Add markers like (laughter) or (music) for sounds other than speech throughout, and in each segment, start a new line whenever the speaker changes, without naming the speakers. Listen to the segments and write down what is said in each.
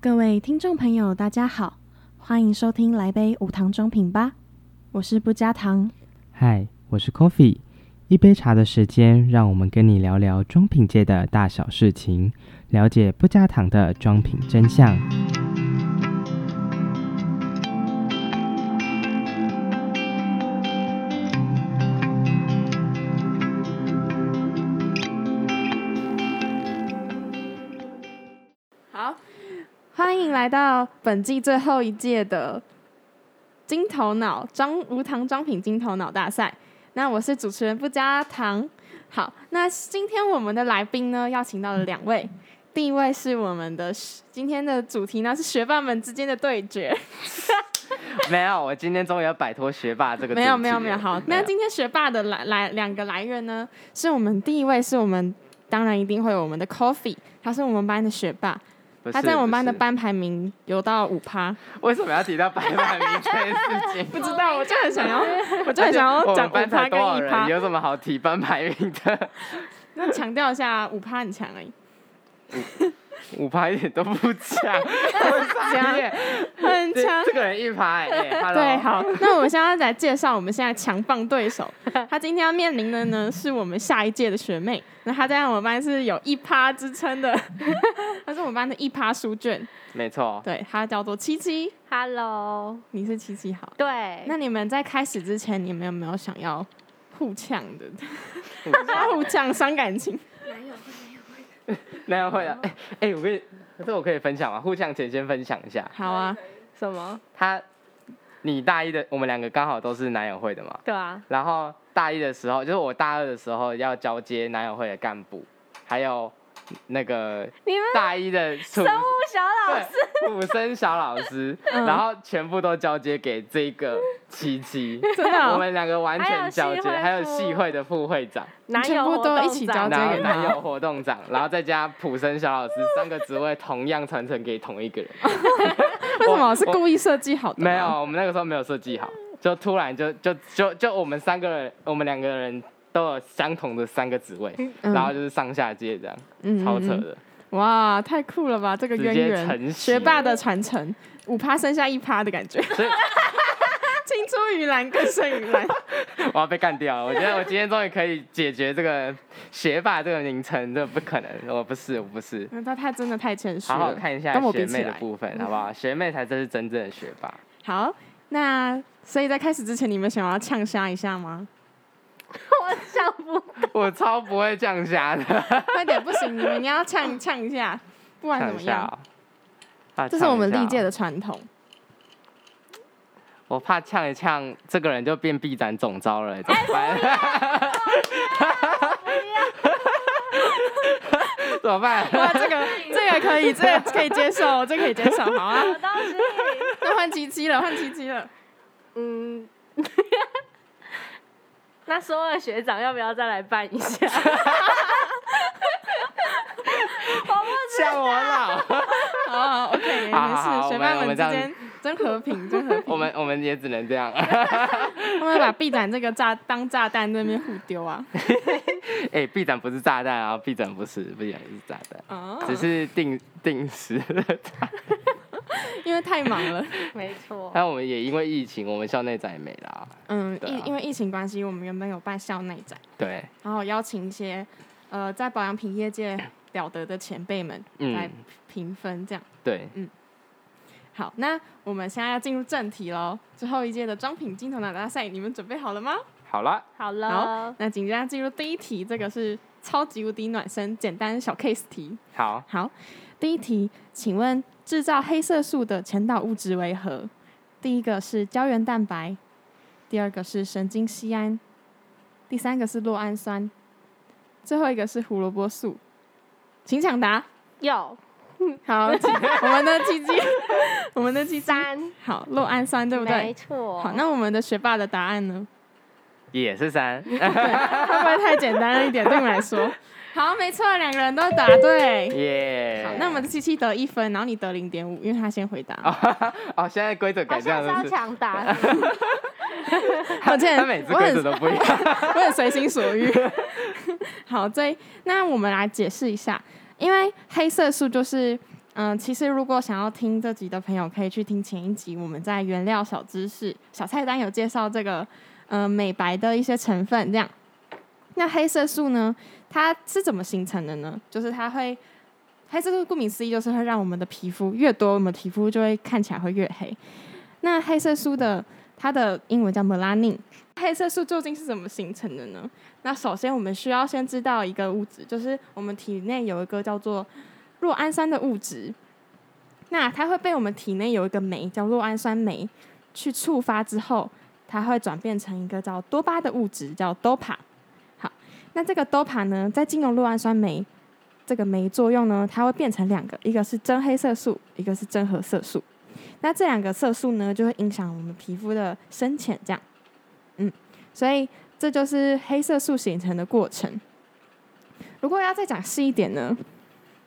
各位听众朋友，大家好，欢迎收听《来杯无糖中品》吧，我是不加糖。
嗨，我是 Coffee。一杯茶的时间，让我们跟你聊聊装品界的大小事情，了解不加糖的装品真相。
好，欢迎来到本季最后一届的金头脑装无糖装品金头脑大赛。那我是主持人不加糖。好，那今天我们的来宾呢，邀请到了两位，第一位是我们的学今天的主题呢是学霸们之间的对决。
没有，我今天终于要摆脱学霸这个
没有没有没有，好，那今天学霸的来来两个来源呢，是我们嗯第一位是我们当然一定会有我们的 Coffee，他是我们班的学霸，他在我们班的，班排名有到五趴，
为什么要提到白板名这件事情？
不知道，我就很想要， (laughs) 我就很想要讲五趴跟一趴，
什么好提班排名的？
那强调一下五趴很强而已， (laughs)
五趴一点都不强，
强很强。
个人一趴哎、
对，好，那我们现在来介绍我们现在强棒对 (laughs) 手。他今天要面临的呢，是我们下一届的学妹。那她在我们班是有一趴之称 (laughs) 的，她是我们班的一趴书卷。
没错，
对，她叫做七七，
Hello，
你是七七好。
对，
那你们在开始之前，你们有没有想要互呛的？ (laughs) 大家互呛伤感情。
那样会啊！哎、哎、我跟你，这我可以分享吗？互相前先分享一下。
好啊，
什么？
他，你大一的，我们两个刚好都是男友会的嘛。
对啊，
然后大一的时候，就是我大二的时候要交接男友会的干部，还有那个
你们
大一的生
(laughs)
生物小老师，
对武生小老师，
嗯
然后全部都交接给这个七七。
真的
我
哦、
们两个完全交接，还
还
有
有系会副
系会的副会长，
男
全
友
部
活
都
动
一起
长
交接
然后
给
男
他
友活动长，然后再加普生小老师，三个职位同样传承给同一个人。
为什么
我
是故意设计好的？
没有，，我们那个时候没有设计好，就突然就就就就我们三个人，我们两个人都有相同的三个职位，
嗯
然后就是上下届这样，
嗯
超扯
嗯嗯
的。
哇，太酷了吧！这个渊
直接承袭
源，学霸的传承，五趴剩下一趴的感觉。 (laughs)
所以
青出于蓝更胜于蓝。
我要被干掉了。我觉得 (laughs) 我今天终于可以解决这个学霸这个名称，这不可能，我不是，我不是。
嗯他他真的太谦虚了。
好好看一下
跟我
学
比起
妹的
来。
部分，好不好？学妹才真是真正的学霸。 (laughs)
好，那所以在开始之前，你们想要呛虾一下吗？ (laughs)
我想不
我超不会降虾的，
快点，不行，你们你要呛呛一下，不管怎
降
么
虾、
样，
哦。啊
这是我们历。
呛一
届
下哦
的传统。
我怕呛一呛，这个人就变臂展总招了，
(laughs)
怎么
哎
办？
(laughs)
怎么办？
哇，这个 (laughs) 这个可以，这个可以接受，这个可以接受。好啊，
到东西。
(laughs) 那换七七了，换七七了。
嗯， (laughs) 那所有学长要不要再来办
(laughs)
一下？
(laughs) 呛我老，
(laughs)
(laughs)
好好，OK，
好好
没
好
事，学
我们
霸
我
们
们
之
这样
间真和平，真
(laughs)
和平。
我们我们也只能这样。 (laughs)
他们把臂展这个炸当炸弹在那边互
(laughs)
丢啊。
哎、臂展不是炸弹啊，臂展不是，臂展不是炸弹，
哦，
只是定定时 (laughs) 的炸弹。
因为太
(laughs)
忙了。
没错，
但我们也因为疫情，我们校内展也没啦。
嗯，
对
疫、
啊
因为疫情关系，我们原本有办校内展，
对，
然后邀请一些呃在保养品业界了得的前辈们来
嗯，
评分，这样。
对，
好，那我们现在要进入正题喽。最后一届的装品金头脑大赛，你们准备好了吗？
好了，
好
好
了，，
那紧接着进入第一题，这个是超级无敌暖身简单小 case 题。
好，
好，第一题，请问制造黑色素的前导物质为何？第一个是胶原蛋白，第二个是神经酰胺，第三个是酪氨酸，最后一个是胡萝卜素。请抢答。
有
好，请我们的鸡鸡，我们的鸡鸡。
三，
好，酪氨酸对不
没
对？
错。
好，那我们的学霸的答案呢？
也是
(laughs)
三。
会不会太简单了一点？对你们来说， (laughs) 好，没错，两个人都答对。
耶、
好，那我们的七七得一分，然后你得零点五，因为他先回答。
哦，现在规则
好
改这样
像是
是
要
不是？
抢
(laughs)
答，是不是
抱歉，
他每次
我
规则
很
都不一样。
(laughs) 我很随心所欲。好，这那我们来解释一下，因为黑色素就是嗯，其实如果想要听这集的朋友，可以去听前一集，我们在原料小知识小菜单有介绍这个，嗯、美白的一些成分。这样，那黑色素呢，它是怎么形成的呢？就是它会，黑色素顾名思义就是会让我们的皮肤越多，我们皮肤就会看起来会越黑。那黑色素的它的英文叫 melanin，黑色素究竟是怎么形成的呢？那首先我们需要先知道一个物质，就是我们体内有一个叫做酪氨酸的物质，那它会被我们体内有一个酶叫酪氨酸酶去触发之后，它会转变成一个叫多巴的物质，叫 DOPA。好，那这个 DOPA 呢，在经由酪氨酸酶这个酶作用呢，它会变成两个，一个是真黑色素，一个是真核色素。那这两个色素呢，就会影响我们皮肤的深浅，这样，嗯，所以这就是黑色素形成的过程。如果要再讲细一点呢，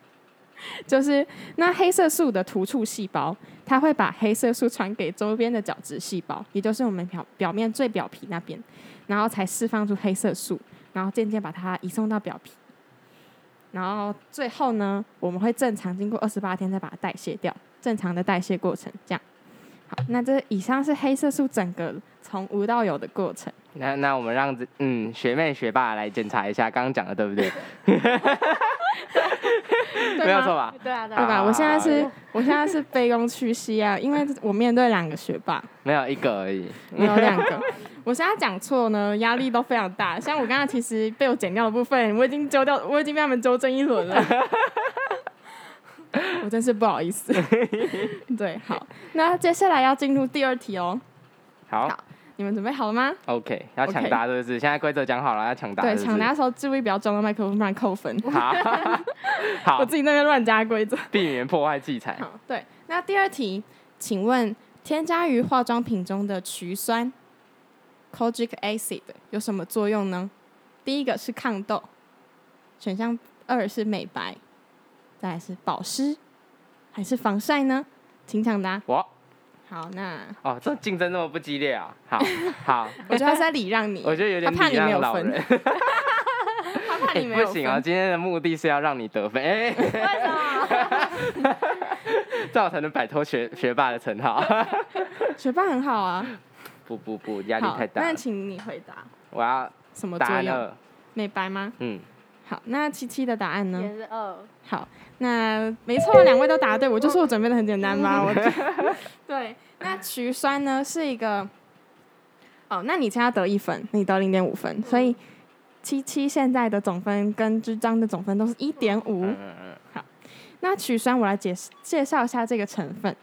(laughs) 就是那黑色素的突触细胞，它会把黑色素传给周边的角质细胞，也就是我们表表面最表皮那边，然后才释放出黑色素，然后渐渐把它移送到表皮，然后最后呢，我们会正常经过二十八天再把它代谢掉，正常的代谢过程这样。好，那这以上是黑色素整个从无到有的过程。
那那我们让这嗯学妹学霸来检查一下刚刚讲的对不对？
(laughs)
(laughs)
对
没有
吗
错吧？
对啊，对
对
啊，
吧？我现在是
啊，
(laughs) 我现在是卑躬屈膝啊，因
(laughs)
为我面对两个学霸，
没有一个而已。
没有两个。我现在讲错呢，压力都非常大。像我刚刚其实被我剪掉的部分，我已经纠掉，我已经被他们纠正一轮了。 (laughs) 我真是不好
(laughs)
意思。对，好，那接下来要进入第二题哦。
好
好你们准备好了吗？
，OK，要抢
OK
答是不是？现在规则讲好了，要抢答。
对，
是不
抢
是
答的时候注意不要撞到麦克风，不然扣分。
好，
(laughs)
好
我，自己那边乱加规则。
避免破坏器材。
好，对，那第二题，请问添加于化妆品中的曲酸 （kojic acid） 有什么作用呢？第一个是抗痘，选项二是美白，再来是保湿，还是防晒呢？请抢答。
我
好，那
哦，这竞争那么不激烈啊！
(laughs)
好，好，
我觉得他是在礼让你，
(laughs) 我觉得有点
他怕
礼
你没
让
有
老
分 (laughs)
人，
他怕
哎 (laughs)
你没
不
有分。
行哦，今天的目的是要让你得分，哎，
(laughs)
为什么？
这样我才能摆脱学学霸的称号。 (laughs)
学霸很好啊，
不不不，压力
好
太，大
那
了，
请你回答
我要
什么
答
作
案
用？
二，
美白吗？
嗯，
好，那七七的答案呢？
也是二，
好，那没错，两位都答对，我就说我准备的很简单吧。我对，那曲酸呢是一个，哦，那你现在得一分，你得零点五分，所以七七现在的总分跟之章的总分都是一点五
嗯。嗯嗯，
那曲酸我来解释介绍一下这个成分，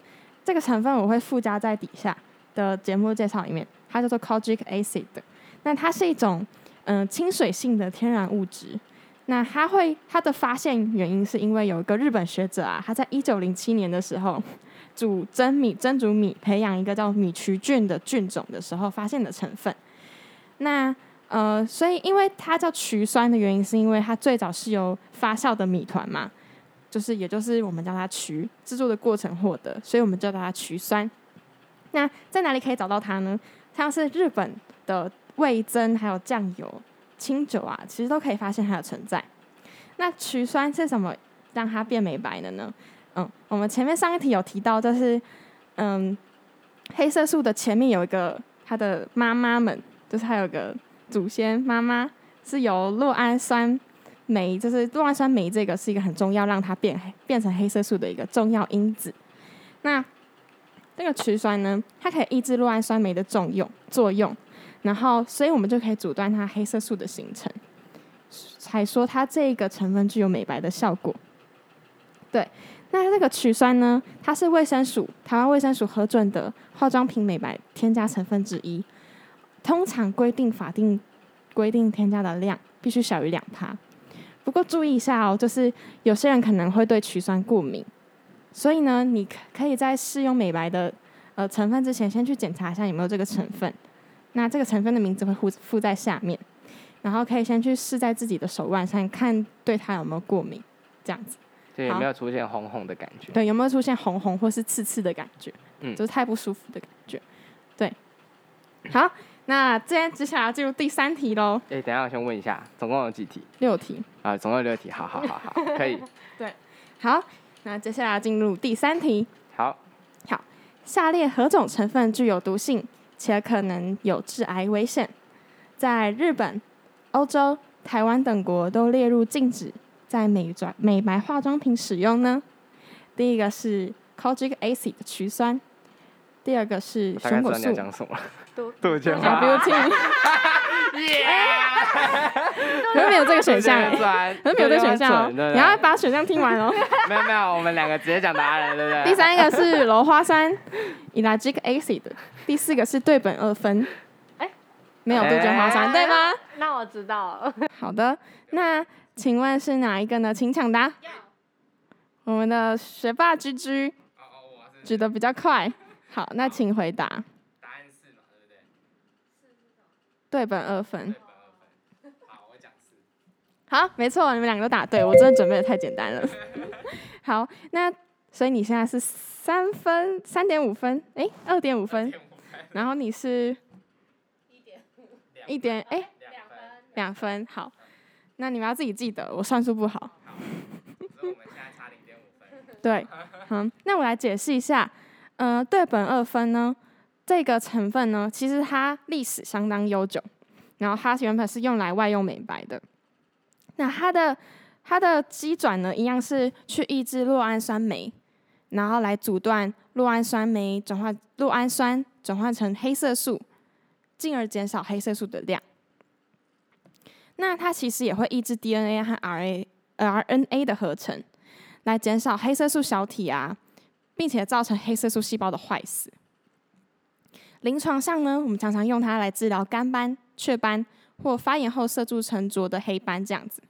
这个成分我会附加在底下的节目介绍里面，它叫做 kojic acid。那它是一种嗯、呃亲水性的天然物质。那它会它的发现原因是因为有一个日本学者啊，他在一九零七年的时候煮蒸米蒸煮米培养一个叫米曲菌的菌种的时候发现的成分。那呃，所以因为它叫曲酸的原因，是因为它最早是由发酵的米团嘛，就是也就是我们叫它曲制作的过程获得，所以我们就叫它曲酸。那在哪里可以找到它呢？像是日本的味增、还有酱油、清酒啊，其实都可以发现它的存在。那曲酸是什么让它变美白的呢？嗯，我们前面上一题有提到，就是嗯，黑色素的前面有一个它的妈妈们，就是它有个祖先妈妈是由酪氨酸酶，就是酪氨酸酶这个是一个很重要让它变黑变成黑色素的一个重要因子。那这个曲酸呢，它可以抑制酪氨酸酶的重用作用，然后所以我们就可以阻断它黑色素的形成，才说它这个成分具有美白的效果。对，那这个曲酸呢，它是卫生署台湾卫生署核准的化妆品美白添加成分之一，通常规定法定规定添加的量必须小于两趴。不过注意一下哦，就是有些人可能会对曲酸过敏，所以呢，你可可以在试用美白的呃成分之前，先去检查一下有没有这个成分。那这个成分的名字会附附在下面，然后可以先去试在自己的手腕上，看对它有没有过敏，这样子。
就有
好
没有出现红红的感觉？
对，有没有出现红红或是刺刺的感觉？
嗯
就是太不舒服的感觉。对，好，那接接下来进入第三题喽，
哎，等一下我先问一下，总共有几题？
六题。 (laughs)
啊，总共有六题，好好好好，可以。
好，那接下来进入第三题，
好，
下列何种成分具有毒性，且可能有致癌危险？在日本、欧洲、台湾等国都列入禁止在美妆美白化妆品使用呢？第一个是 kojic acid 曲酸，第二个是
我大概知
熊果
道你要
素
讲什么了。
多
杜鹃
(laughs)
花
WT，可是没有这个 (laughs) 选项哎、
欸
可是没有这个选项哦、
对
你要把选项听完哦。
没有没有，我们两个直接讲答案了，对不对？
第，三个是罗花酸，elagic acid。第四个是对苯二酚。
哎
没有杜鹃花酸，
哎
对吗？
那我知道了，
好的，那请问是哪一个呢？请抢答。我们的学霸居居
哦
举得比较快。好，那请回答。
答案是嘛，对不对？
对苯二酚。
好，我讲是。
好，没错，你们两个都答对，我真的准备的太简单了。 (laughs) 好，那所以你现在是三分，三点五分，哎、二点五分，然后你是一点，哎、两分，好，那你们要自己记得，我算数不好。对，好，那我来解释一下，呃，对苯二酚呢，这个成分呢，其实它历史相当悠久，然后它原本是用来外用美白的，那它的它的机转呢，一样是去抑制酪氨酸酶，然后来阻断酪氨酸酶转化酪氨酸转换成黑色素，进而减少黑色素的量。那它其实也会抑制 DNA 和呃 RA、RNA 的合成，来减少黑色素小体啊，并且造成黑色素细胞的坏死。临床上呢，我们常常用它来治疗肝斑、雀斑或发炎后色素沉着的黑斑这样子。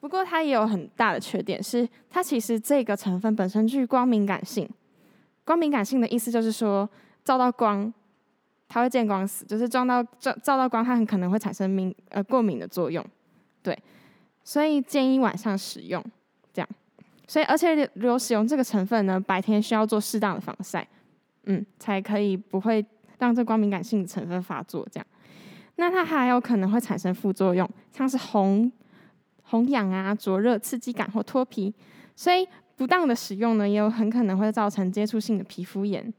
不过它也有很大的缺点，是它其实这个成分本身具光敏感性。光敏感性的意思就是说，照到光，它会见光死，就是撞到照照到光，它很可能会产生敏呃过敏的作用。对，所以建议晚上使用。所以而且如果使用这个成分呢，白天需要做适当的防晒，嗯，才可以不会让这光敏感性的成分发作这样。那它还有可能会产生副作用，像是红、红痒啊、灼热、刺激感或脱皮，所以不当的使用呢，也有很可能会造成接触性的皮肤炎、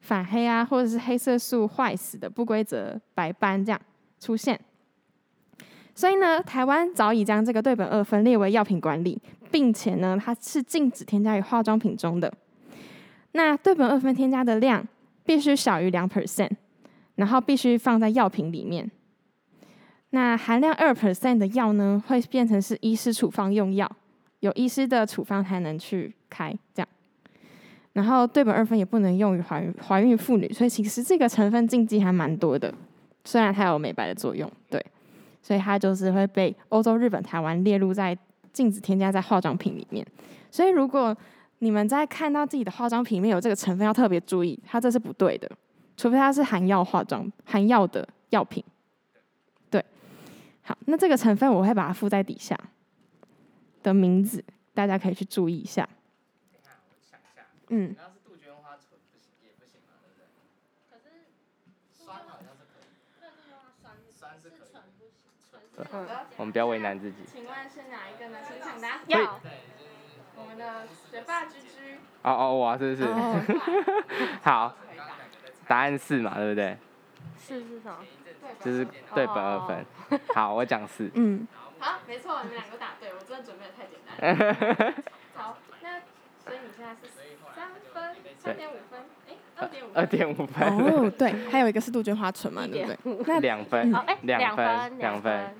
反黑啊，或者是黑色素坏死的不规则白斑这样出现。所以呢，台湾早已将这个对苯二酚列为药品管理，并且呢，它是禁止添加于化妆品中的。那对苯二酚添加的量必须小于两 percent，然后必须放在药品里面。那含量二 percent 的药呢，会变成是医师处方用药，有医师的处方才能去开这样。然后对苯二酚也不能用于怀孕怀孕妇女，所以其实这个成分禁忌还蛮多的，虽然它有美白的作用，对，所以它就是会被欧洲、日本、台湾列入在禁止添加在化妆品里面。所以如果你们在看到自己的化妆品里面有这个成分，要特别注意，它这是不对的，除非它是含药化妆含药的药品。对，好，那这个成分我会把它附在底下的名字，大家可以去注意一下。嗯，
我们不要为难自己。
请问是哪一个呢？请抢答。
要
我们的学霸之之。
哦哦，我是不是？ (laughs) 好，答案是嘛，对不对？
是是什么？
就是对本二分。
哦
好，我讲是。
嗯，好，没错，你们两个答对，我真的准备的太简单
哎
了。好，那所以你现在是三分，三点五分，哎，二点五
二点五分，
(laughs) 哦，对，还有一个是杜鹃花醇嘛，对不对？那嗯
两分
哦，哎，，
两
分，
两分。。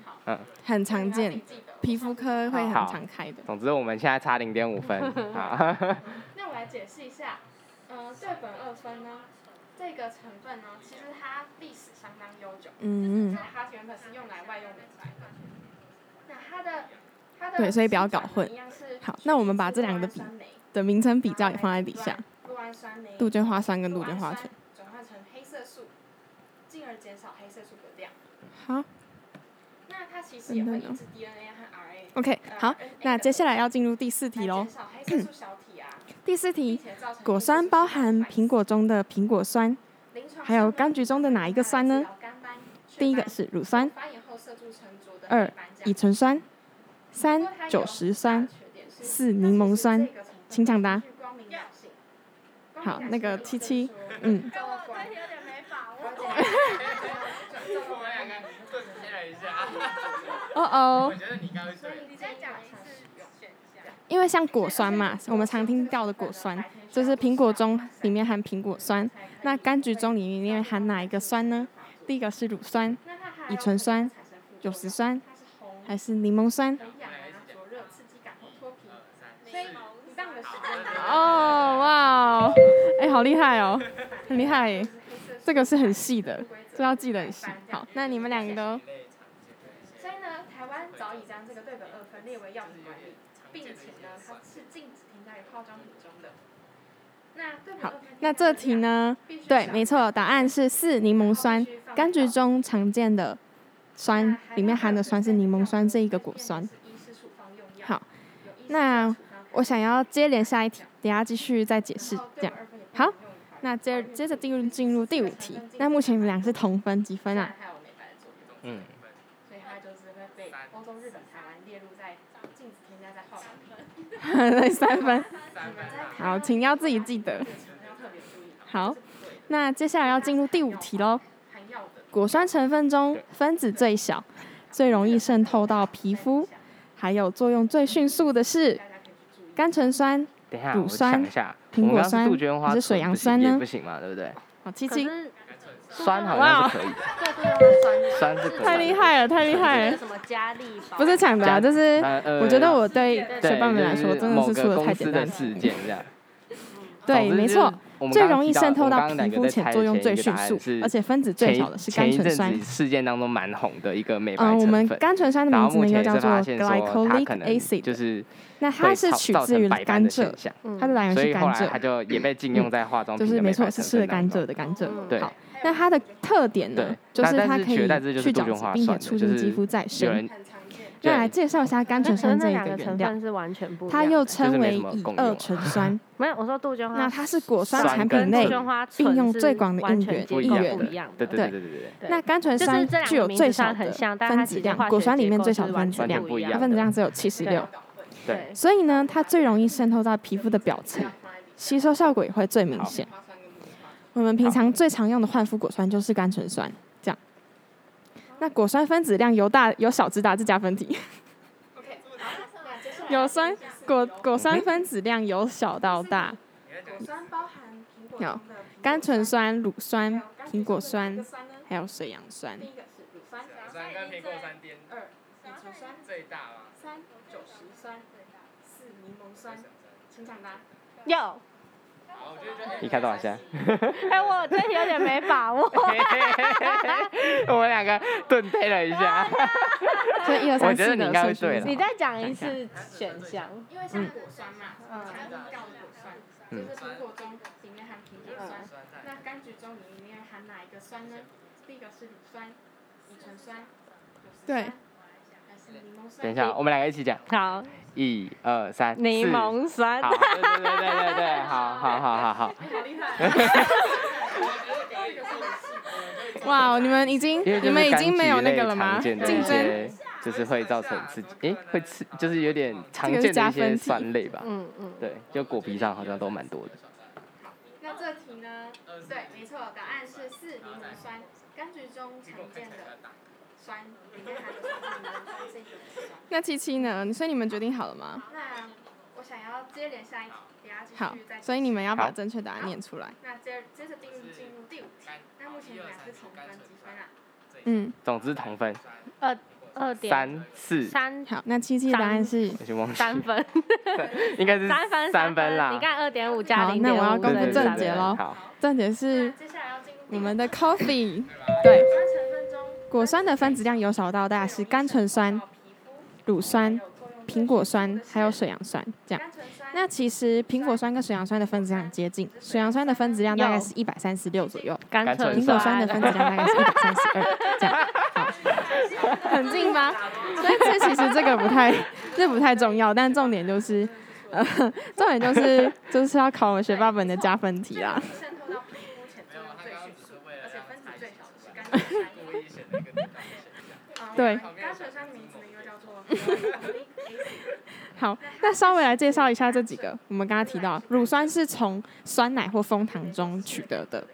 很常见，皮肤科会很常开的。
总之我们现在差零点五分。好，
那我来解释一下，呃，对苯二酚呢，这个成分呢，其实它历史相当悠久，
嗯，
那它原本是用来外用美白的。那它的它的
对所以不要搞混
一样是
好，那我们把这两个比的名称比较也放在底下，
酪氨酸酶
杜鹃花酸跟杜鹃花醇。
转换成黑色素，进而减少黑色素的量。
好
那它其实也会抑制 DNA 和 RNA。
，OK，好，那接下来要进入第四题
来
喽
减。少黑色素小体啊，
第四题
并，且造成
果酸包含苹果中的苹果酸，
临床上呢，
还有柑橘中的哪一个酸呢？
干斑？雀
第一个
斑
是乳酸、
发炎后色素沉着的
二
黑斑这样
乙醇酸，三
不过它也有
酒石酸
大的，缺点是
四柠檬酸
它其实这个成分请抢答。好，那个七七，嗯，
我们两个顿歇了一下，
哦哦
我，觉得你应该会睡。
因为像果酸嘛，我们常听到的果酸，就是苹果中里面含苹果酸，那柑橘中里面含哪一个酸呢？第一个是乳酸、乙醇酸、酒石酸，还是柠檬酸？哦，哇哦，哎，好厉害哦，很厉害耶，这个是很细的，这要记得很细。好，那你们两个都
所以呢，台湾早已将这个对苯二酚列为药品管理，并且呢，它是禁止添加于化妆品中的。那对苯二酚
那这题呢？
必须
对，
少
没错，答案是四柠檬酸。柑橘中常见的酸里面含的酸是柠檬酸这一个果酸。好，那我想要接连下一题，等一下继续再解释这样。好，那接接着进入进入第五题。那目前你们俩是同分几分啊？
嗯，
所以它就是会被欧洲、日本、台湾列入在禁止添加在化妆品
(laughs)
中。
对，三分。
三分啊
好，请要自己记得。
要特别注意，
好，那接下来要进入第五题喽。
含药的
果酸成分中分子最小，最容易渗透到皮肤，还有作用最迅速的是
大家可以去注意。
甘醇酸。
等一下，
乳
我想
酸
一下，
苹
我
果
们刚刚
酸
是杜鹃花
还是水杨
不行
酸呢啊
也不行嘛，对不对？
好，七
可
七，
是
酸好像是可以的，酸是可以的。
太厉害了，太厉害
那个
了！
什么佳丽宝，
不是抢答，
加
就是
呃呃
我觉得我对
对
学伴们来说
就
真的是
某
出
个
的
公
太简
司
单
的
了。
事件这样。
(laughs) 对，
总之
没
就是
错，
我们
最
刚刚
容易
提到
渗透
我
到
刚刚
皮
两
肤
个在
且
猜
作用
前
最
一个
迅
答案
速，
是
而且分子最
前
小的是
前
甘
一
醇
阵
酸
子。事件当中蛮红的一个美白
嗯，我
成
们
分。
甘醇酸的
然后
名字
目
呢
前
又
也
叫
是
做
发现说它
glycolic
可能
acid，
就是
那它
会
是
造
取
造
自于
成白斑
甘
的
蔗
现，象，
它的来源
所
是
以后
甘
来它
蔗，嗯
就也被禁用在化妆
就
品
是
的
没
美
错
白
是
成
吃了
分当
甘
中。
蔗的甘蔗
嗯。
对
好，那它的特点呢
对，
就是
那但
它
是
可以
取代这就是
去
杜
角
鹃
质，
花
并且
酸
促
就
进肌
是
肤再生
有。人
那来介绍一下甘
那
醇
可是
酸这
那
一
两
个
个成
原料，
分是完全不一样
它
的。
又称为
就是没
乙
什么
二
功
醇酸。
没有，我说杜鹃花
那它是果酸
酸
产
跟
品类
杜，鹃花
应用
醇
最
是
广的
完
应
全
援
结构
应援
不一样
对
的。
对对对对对，
对
那甘醇
就是
酸
这两
具
个
有
名
最
字
少
上
的
很像但
分
它
子
其实
量
化，
果
学
酸里
结
面
构
最
是
小的分
完
子
全
量
不，一
一
样
它
样
分子量只有七十六
对，
对
所以呢，它最容易渗透到皮肤的表层，吸收效果也会最明显。我们平常最常用的焕肤果酸就是甘醇酸，这样。那果酸分子量由大由小至大，这加分题。有酸果果酸分子量由小到大，
果酸包含苹果
有
中的苹果
甘醇酸、乳酸、
酸
苹果酸
还有甘醇
还有水
中的哪一个酸呢
杨酸
第。一个是乳酸，
小酸跟苹果酸颠
二乙醇酸，
最大嘛，
三酒石酸，四柠檬酸。请抢答。
有，
好，我觉得就
你看到了现在。
哎，我这题有点没把握。
我们两个顿呆了一下，
所以一二
我
三
觉
四
得你应
的
该
顺
会
序
对
是
了
你再讲一次选项，
因为像果酸嘛，
嗯
常遇到的果酸，就
嗯
是苹果中里面含苹果酸，那柑橘中里面含哪一个酸呢？第一个是乳酸、乙醇酸、酒石
对
酸，还是柠檬酸？
等一
(laughs)
下，我们两个一起讲，
好，
一二三，
柠
四
檬酸
好，，对对对对对对，好好好好好，
哎，好厉害！
哇，你们已经
因为就
你
是
们已
柑
经
橘
没有那
类
个了吗？
常见的
竞
一
争
些就是会造成刺激，诶，会刺，就是有点常
这个
见的
是加
一些
分题
酸类吧，
嗯嗯，
对，就果皮上好像都蛮多的，
那这题呢？对，没错，答案是四柠檬酸，柑橘中常见的酸里面含的酸是柠檬酸这一个酸。
那七七呢？所以你们决定好了吗？
那我想要接连下一题，等一下继
好
续再，
所以你们要把
好
正确答案念出来。
那接接着进入进入第五题，那目前你们俩是同分几分啊？
嗯，
总之同分
二点
三四，
三
好，那七七的答案是
我先忘记，
三分，
应该是
三分，
三分
你
啦，
看二点五加
好
零
那
点
我要
五，
公
对
布
对对
正
对
解
对
(laughs)
喽
好，
正解
那
是
接下来要进入第
我
五
们
题
的 coffee，对，
酸成分中
果酸的分子量由少到大是甘醇酸、乳酸、苹果酸还有水杨酸这样。
甘醇酸
那其实苹果酸跟水杨酸的分子量很接近，水杨酸的分子量大概是一百三十六左右，
甘
醇
苹
醇
果酸
酸
的分子量大概是一百三十 (laughs) 二，这样，好很近吧？所以这其实这个不太， (laughs) 这不太重要，但重点就是，呃，重点就是就是要考我们学霸本的加分题啦。
(laughs) 渗透到皮肤前作用最迅速，而且分子最小的是甘
故
醇
意选那个地方选一下。
酸。
对
(laughs) 哎甘醇酸的名字呢又叫做，
好，那稍微来介绍一下这几个。我们刚刚提到，乳酸是从酸奶或蜂糖中取得的，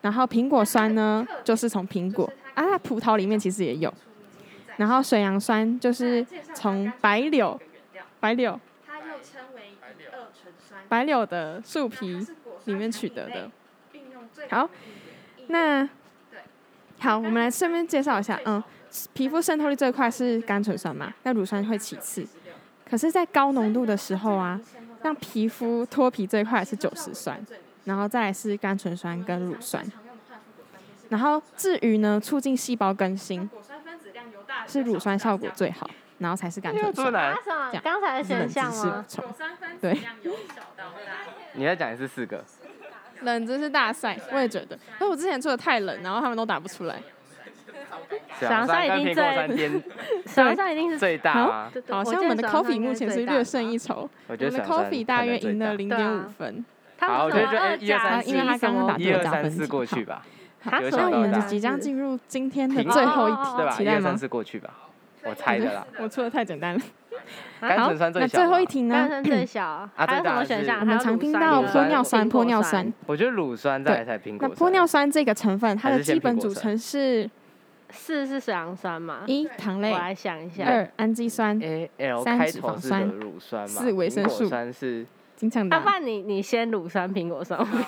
然后苹果酸呢，就是从苹果啊，它葡萄里面其实也有。然后水杨酸就是从白柳，白柳，
它又称为乙二醇酸，
白柳的树
那它
皮
是果酸
里面取得
产
的
品。类并用最
好
广义的
那
对
好，我们来顺便介绍一下，嗯，皮肤渗透率这一块是甘醇酸嘛，那乳酸会其次。可是，在高浓度的时候啊，让皮肤脱皮这一块是九十酸，然后再来是甘醇酸跟乳酸。然后至于呢，促进细胞更新
果酸分子量由大于
是乳酸效果最好，然后才是甘醇
这么
酸。
难
啊？什么？刚才的选项哦吗？
从
果酸分子
对
量由小到大。
你要讲的是四个，
冷知识大赛，我也觉得，因为我之前做的太冷，然后他们都答不出来。
小
小
山
山
跟苹
已经
果酸颠
(laughs)
手上一定是
最大吗？
对对
好
我
像
记
我
得
们的
手上
coffee
应该
目前
最
是
大
略
的
胜
吧
一筹，
我
我
觉
们
得
的
小山
coffee 大约赢了零
对
点五
啊
分，
他
好
们什
我觉
么
得
二
一二
加
三
七
因为他
什
刚刚
么
打
一
对
二
打
三
分
四
级
过去
好
吧，
他
有
什
手
那
么
我们
到
就
达
即将进入今天的
平
最
手
后一
哦
对吧？
期
一
待
二三
吗？
四过去吧，我猜的啦。
我出的太简单了。
甘
好
醇，酸最
那
小
最
嘛。
后一题
单
呢？
身最小，
啊
还有
最
什
大
么
的
选
是
项？
我
还
们
有
常
乳
听
酸
到
跟
玻尿酸、
苹
玻
果
尿酸。
我觉得乳酸再来才苹
那
果
玻
酸。
尿酸这个成分，它
还
的
是先
基本
苹果
组成是
是是水杨酸吗？
一糖
啊我
类，
来想一下，
二氨基酸，
A 哎 L
三
开
脂
头
肪
是
酸
的乳酸嘛，
四维生
苹果
素
酸是
经常
要
的
啊不。然你你先乳酸苹果酸，
我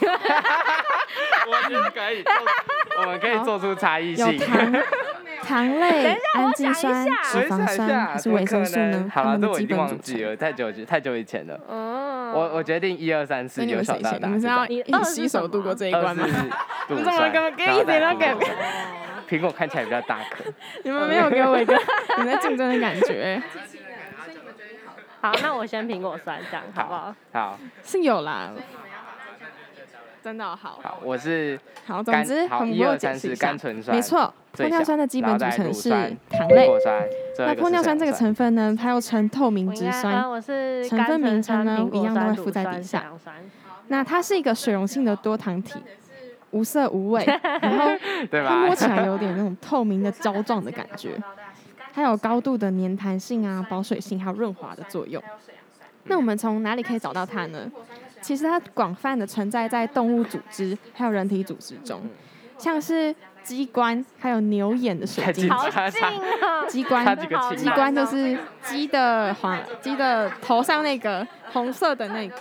觉得可以，
(laughs) 我们可以做出差异
有
性。
糖、
(laughs)
糖类、氨基酸、脂
我
肪
想一
酸
下，
还是
怎么
维生
可
素
能
呢？
好
它
了，
们
这
的
我已
基
经
本组
忘记
成。
了，太久太久以前了。
哦，
我我决定一二三四
那你
由
们
小
谁
到
先？
大
你，们是要
你
以
二是
洗手
什
度
么啊
过这一
二
关 (laughs) 吗？
是乳
怎么
酸，
跟跟
然后
一
再苹
点都给
果酸 (laughs) 苹果看起来比较大
(laughs)
颗。
你们没有给我一个
(laughs)
你们在竞争的感觉，
机器人，所以你们决定好了
好，
吗？
那我先苹果酸这样好不好？
好
是有啦，
所以你们要把它讲
真的好
好，我是
好，总
甘
之
好
我们
一
给我
二
解
三
释
四
一下
甘。醇酸，
没错，
最
玻尿
小
酸的基本
然后
组
再
成
乳
是
酸
糖
苹
类。
果酸。最后
那
一个
玻
是
尿酸
水
这个
杨
成分呢，它又称透明
我应
质
该，
酸
嗯，我是
成
甘
分名
醇
称
酸、
呢
苹果
一样都
酸
会
乳
附在底
酸
下
水杨酸
那它是一个水溶性的多糖体，无色无
(laughs)
味，然后
酸对
它摸
吧？
起来有点那种透明的胶状的感
(laughs)
觉，它有高度的粘弹性啊、保水性还有润滑的作用。那我们从哪里可以找到它呢？其实它广泛的存在在动物组织还有人体组织中，像是鸡冠还有牛眼的水晶体。
好近啊！
鸡冠
差几个青
鸡
蛙
冠就是鸡的黄，鸡的头上那个红色的那个，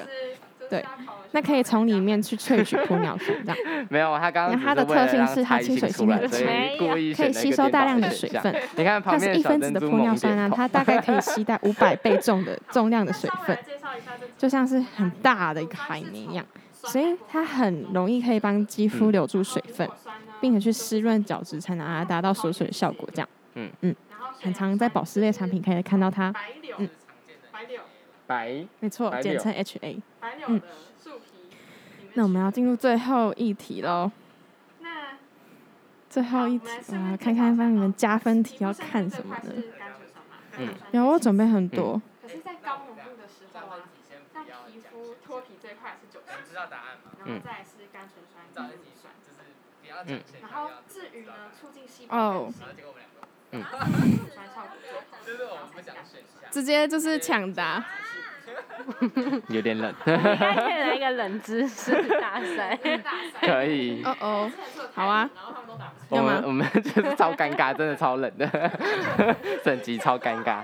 对，那可以从里面去
(laughs)
萃取玻尿酸，这样
(laughs) 没有，它刚刚
那它
只
的
为了
特性
让
是它
差异
亲水
出
性
来
很
所以
强
故意
可
选了
以
一
吸
个
收
颠
大
倒
量的水
选项
分。
你看
它
旁边的
是一
小
分子
珍
的
珠
玻尿
猛
酸啊
点，头
它大概可以吸
(laughs)
带五百倍重的重量的水分，就像是很大的一个海绵一样，所以它很容易可以帮肌
嗯
肤留住水分，并且去湿润角质，才能啊达到锁水的效果。这样，
嗯
嗯，很常在保湿类产品可以看到它，嗯
白
没错
白，
简
柳
称 HA。
白柳的树皮。
那我们要进入最后一题喽，
那
最后一题，我们来看看帮你们加分题要看什么呢？
嗯
有，我准备很多，
可是，在高浓度的时候啊，在皮肤脱皮这一块是九十，
知道答案吗？
(laughs)
然后再来是甘醇酸、跟乳酸。
就是不要
嗯
讲现
然
在
后
要
至于呢，促进细
哦
胞更新
然后结果我们两个
乳酸效果最好。
就是我们不讲选项，
直接就是抢答。
有点
(laughs)
冷，
应
哦
该可以来一个冷知识大赛。
(laughs)
可以。
哦哦，好啊，
我
干
们
嘛
我们 (laughs) 就是超尴尬，真的超冷的，整集超尴尬。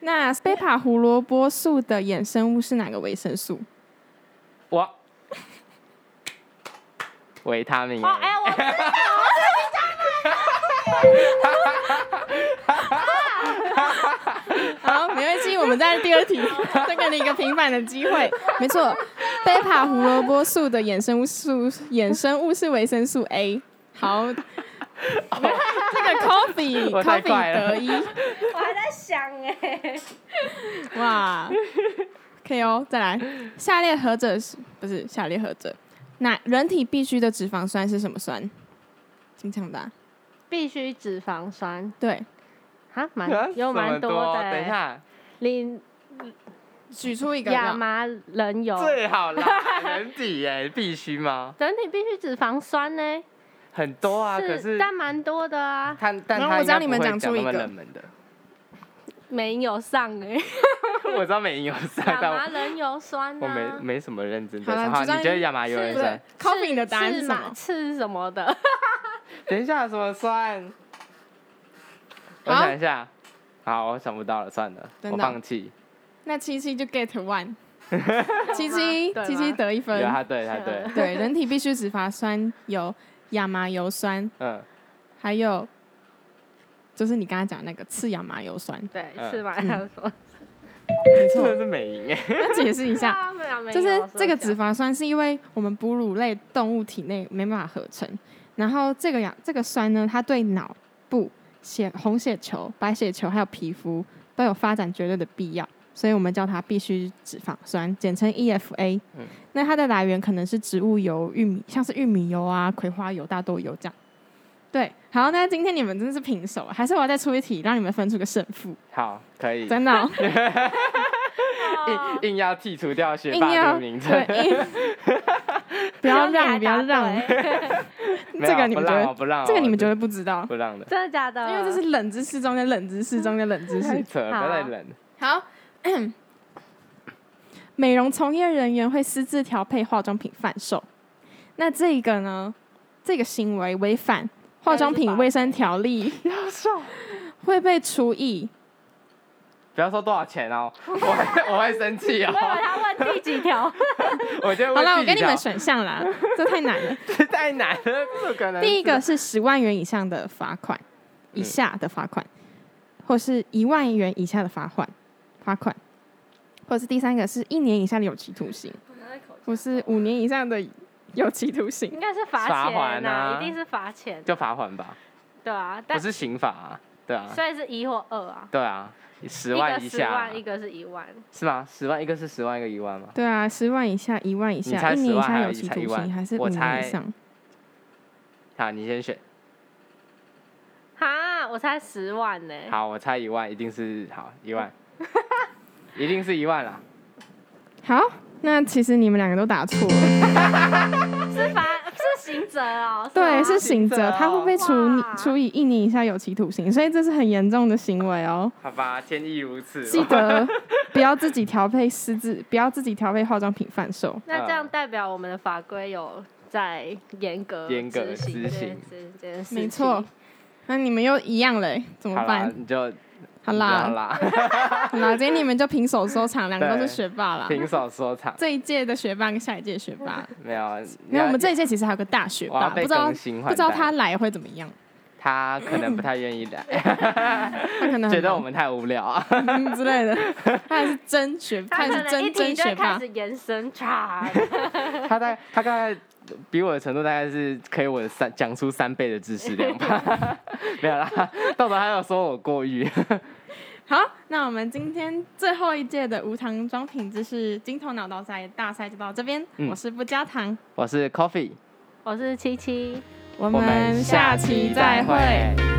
那 Stepa 嗯胡萝卜素的衍生物是哪个维生素？
哇，维他命
哦，哎，
A，
我知道，
好，没关系，我们在第二题再给你一个平反的机会。没错，Beta 胡萝卜素的衍生物素衍生物是维生素 A。好，
(laughs)
这个
我
coffee
太
coffee
快了
得一，
我还在想哎，
哇，可以哦，再来。下列何者是不是下列何者？那人体必需的脂肪酸是什么酸？请抢答。
必须脂肪酸
对，
啊，
啊
蛮有蛮
这么
多的欸。
等一下，
你
举出一个
亚麻仁油，
最好啦，人体耶，必须吗？
人体必须脂肪酸呢，
很多啊，可是
但蛮多的啊。
但但
那
它
我
应
只要
该
你
不
们
会
讲
讲
出
那
一
么
个
冷门的。
没有上哎、
(laughs) 我知道美银有上，
亚
但
麻
我
人油酸
我没
啊，
没什么认真
好
在
啦
上。好，
就让
你觉得亚麻有人
不
酸
是？，coffee 你的答案是
是
什么？
刺什么的？ (laughs)
等一下，怎么算？我
好
想一下，好，我想不到了，算了，
真
我
的
放弃。
那七七就 get (laughs) one，七七
对吗
七七得一分啊
有。啊他对，他对，
对，人体必需脂肪酸有亚麻油酸，
嗯，
还有就是你刚才讲那个次亚麻油
(laughs)
酸，
对，
嗯
刺麻人油酸。
没
真
错
的。是美银哎，
那解 (laughs) 释一
对
下，
啊没有没有
就是
我说
这个
一下
脂肪酸是因为我们哺乳类动物体内没办法合成，然后这个亚这个酸呢，它对脑部、血红血球、白血球还有皮肤都有发展绝对的必要，所以我们叫它必需脂肪酸，简称 EFA。
嗯
那它的来源可能是植物油、玉米，像是玉米油啊、葵花油、大豆油这样。对，好，那今天你们真是平手，啊还是我要再出一题，让你们分出个胜负？
好，可以，
真的
(laughs)
哦、
哦
欸
硬硬要剔除掉学
啊硬
霸这
要
个名称，
对，
(laughs)
硬不要让，不要让，
真的假的欸
(laughs) 没
(laughs) 这
有
个你
不
们觉
让哦，
得，
不让哦，
这个你们绝
得
对不知道，
不让的，
(laughs) 真的假的？
因
(laughs)
为这是冷知识中的冷知识中的冷知
太
识。
扯了，不要再冷。
好， (coughs) 美容从业人员会私自调配化妆品贩售，那这个呢？这个行为违反化妆品卫生条例， (laughs) 会被除役。
不要说多少钱
(laughs)
哦，我会我会生气哦
我，以为他问第几条，
我觉得
好了，
了，
我给你们选项啦，这太难了。
这 (laughs) 太难了，不可能。
第一个是十万元以上的罚款，
嗯
以下的罚款，或是一万元以下的罚款，罚款，或是第三个是一年以下的有期徒刑，或是五年以上的有期徒刑
应。该是罚
罚款
钱
啊
一定是罚钱，
就罚款吧，
对啊，
不
但
是刑法啊，对啊，
所以是一或二啊，
对啊，十
一
万
个
以
十
下啊
万，一个是一万，
是吗？十万一个是十万，一个一万吗？
对啊，十万以下、一万以
你
下、
猜
一年
10
以
万还
下
有
有期
一
徒
一万
刑，还是
我
五年
猜
以上？
好，你先选。
哈，我才十万呢、
哎
好，我猜一万，一定是好一
(laughs)
万，一定是一万啊啦。
好，那其实你们两个都答错
(laughs)
了。
是罚是刑责哦，
对，
啊
吗
是刑责，
哦
他会被处
哇
处以一年以下有期徒刑，所以这是很严重的行为哦。
好吧，天意哦如此。
记得不要自己调配私自，不要自己调配化妆品贩售。
那这样代表我们的法规有在严格
严格
执行
执
这
行
件事这件事情，
没错，那你们又一样嘞，怎么
好啦，
办？
你就
好
好
啦，
啦， (laughs)
好啦，今天你们就平手收场，两个都
对
是学霸啦。
平手收场。
这一届的学霸跟下一届的学
(laughs)
霸，
没
(laughs)
有，啊
因为我们这
你
一届其实还有个大学
我
霸，
要
不
被
知道
更
不
新换代
知道他来会怎么样，
他可能不太愿意
(laughs)
来，
他可能
觉
很
得我们太无聊
(laughs)
啊。
忙之类的，
(laughs)
他还是真学，
他
还
可
是
能
真
一提
真
就
学
开
霸
始。延伸查，
他大概他大概比我的程度大概是可以我的三讲出三倍的知识量吧，
(laughs)
没有啦，到时候他又说我过誉， (laughs)
好，那我们今天最后一届的无糖装品知识金头脑大赛大赛就到这边，
嗯
我是不加糖。
我是 Coffee，
我是七七。
我
我
们下期再会。。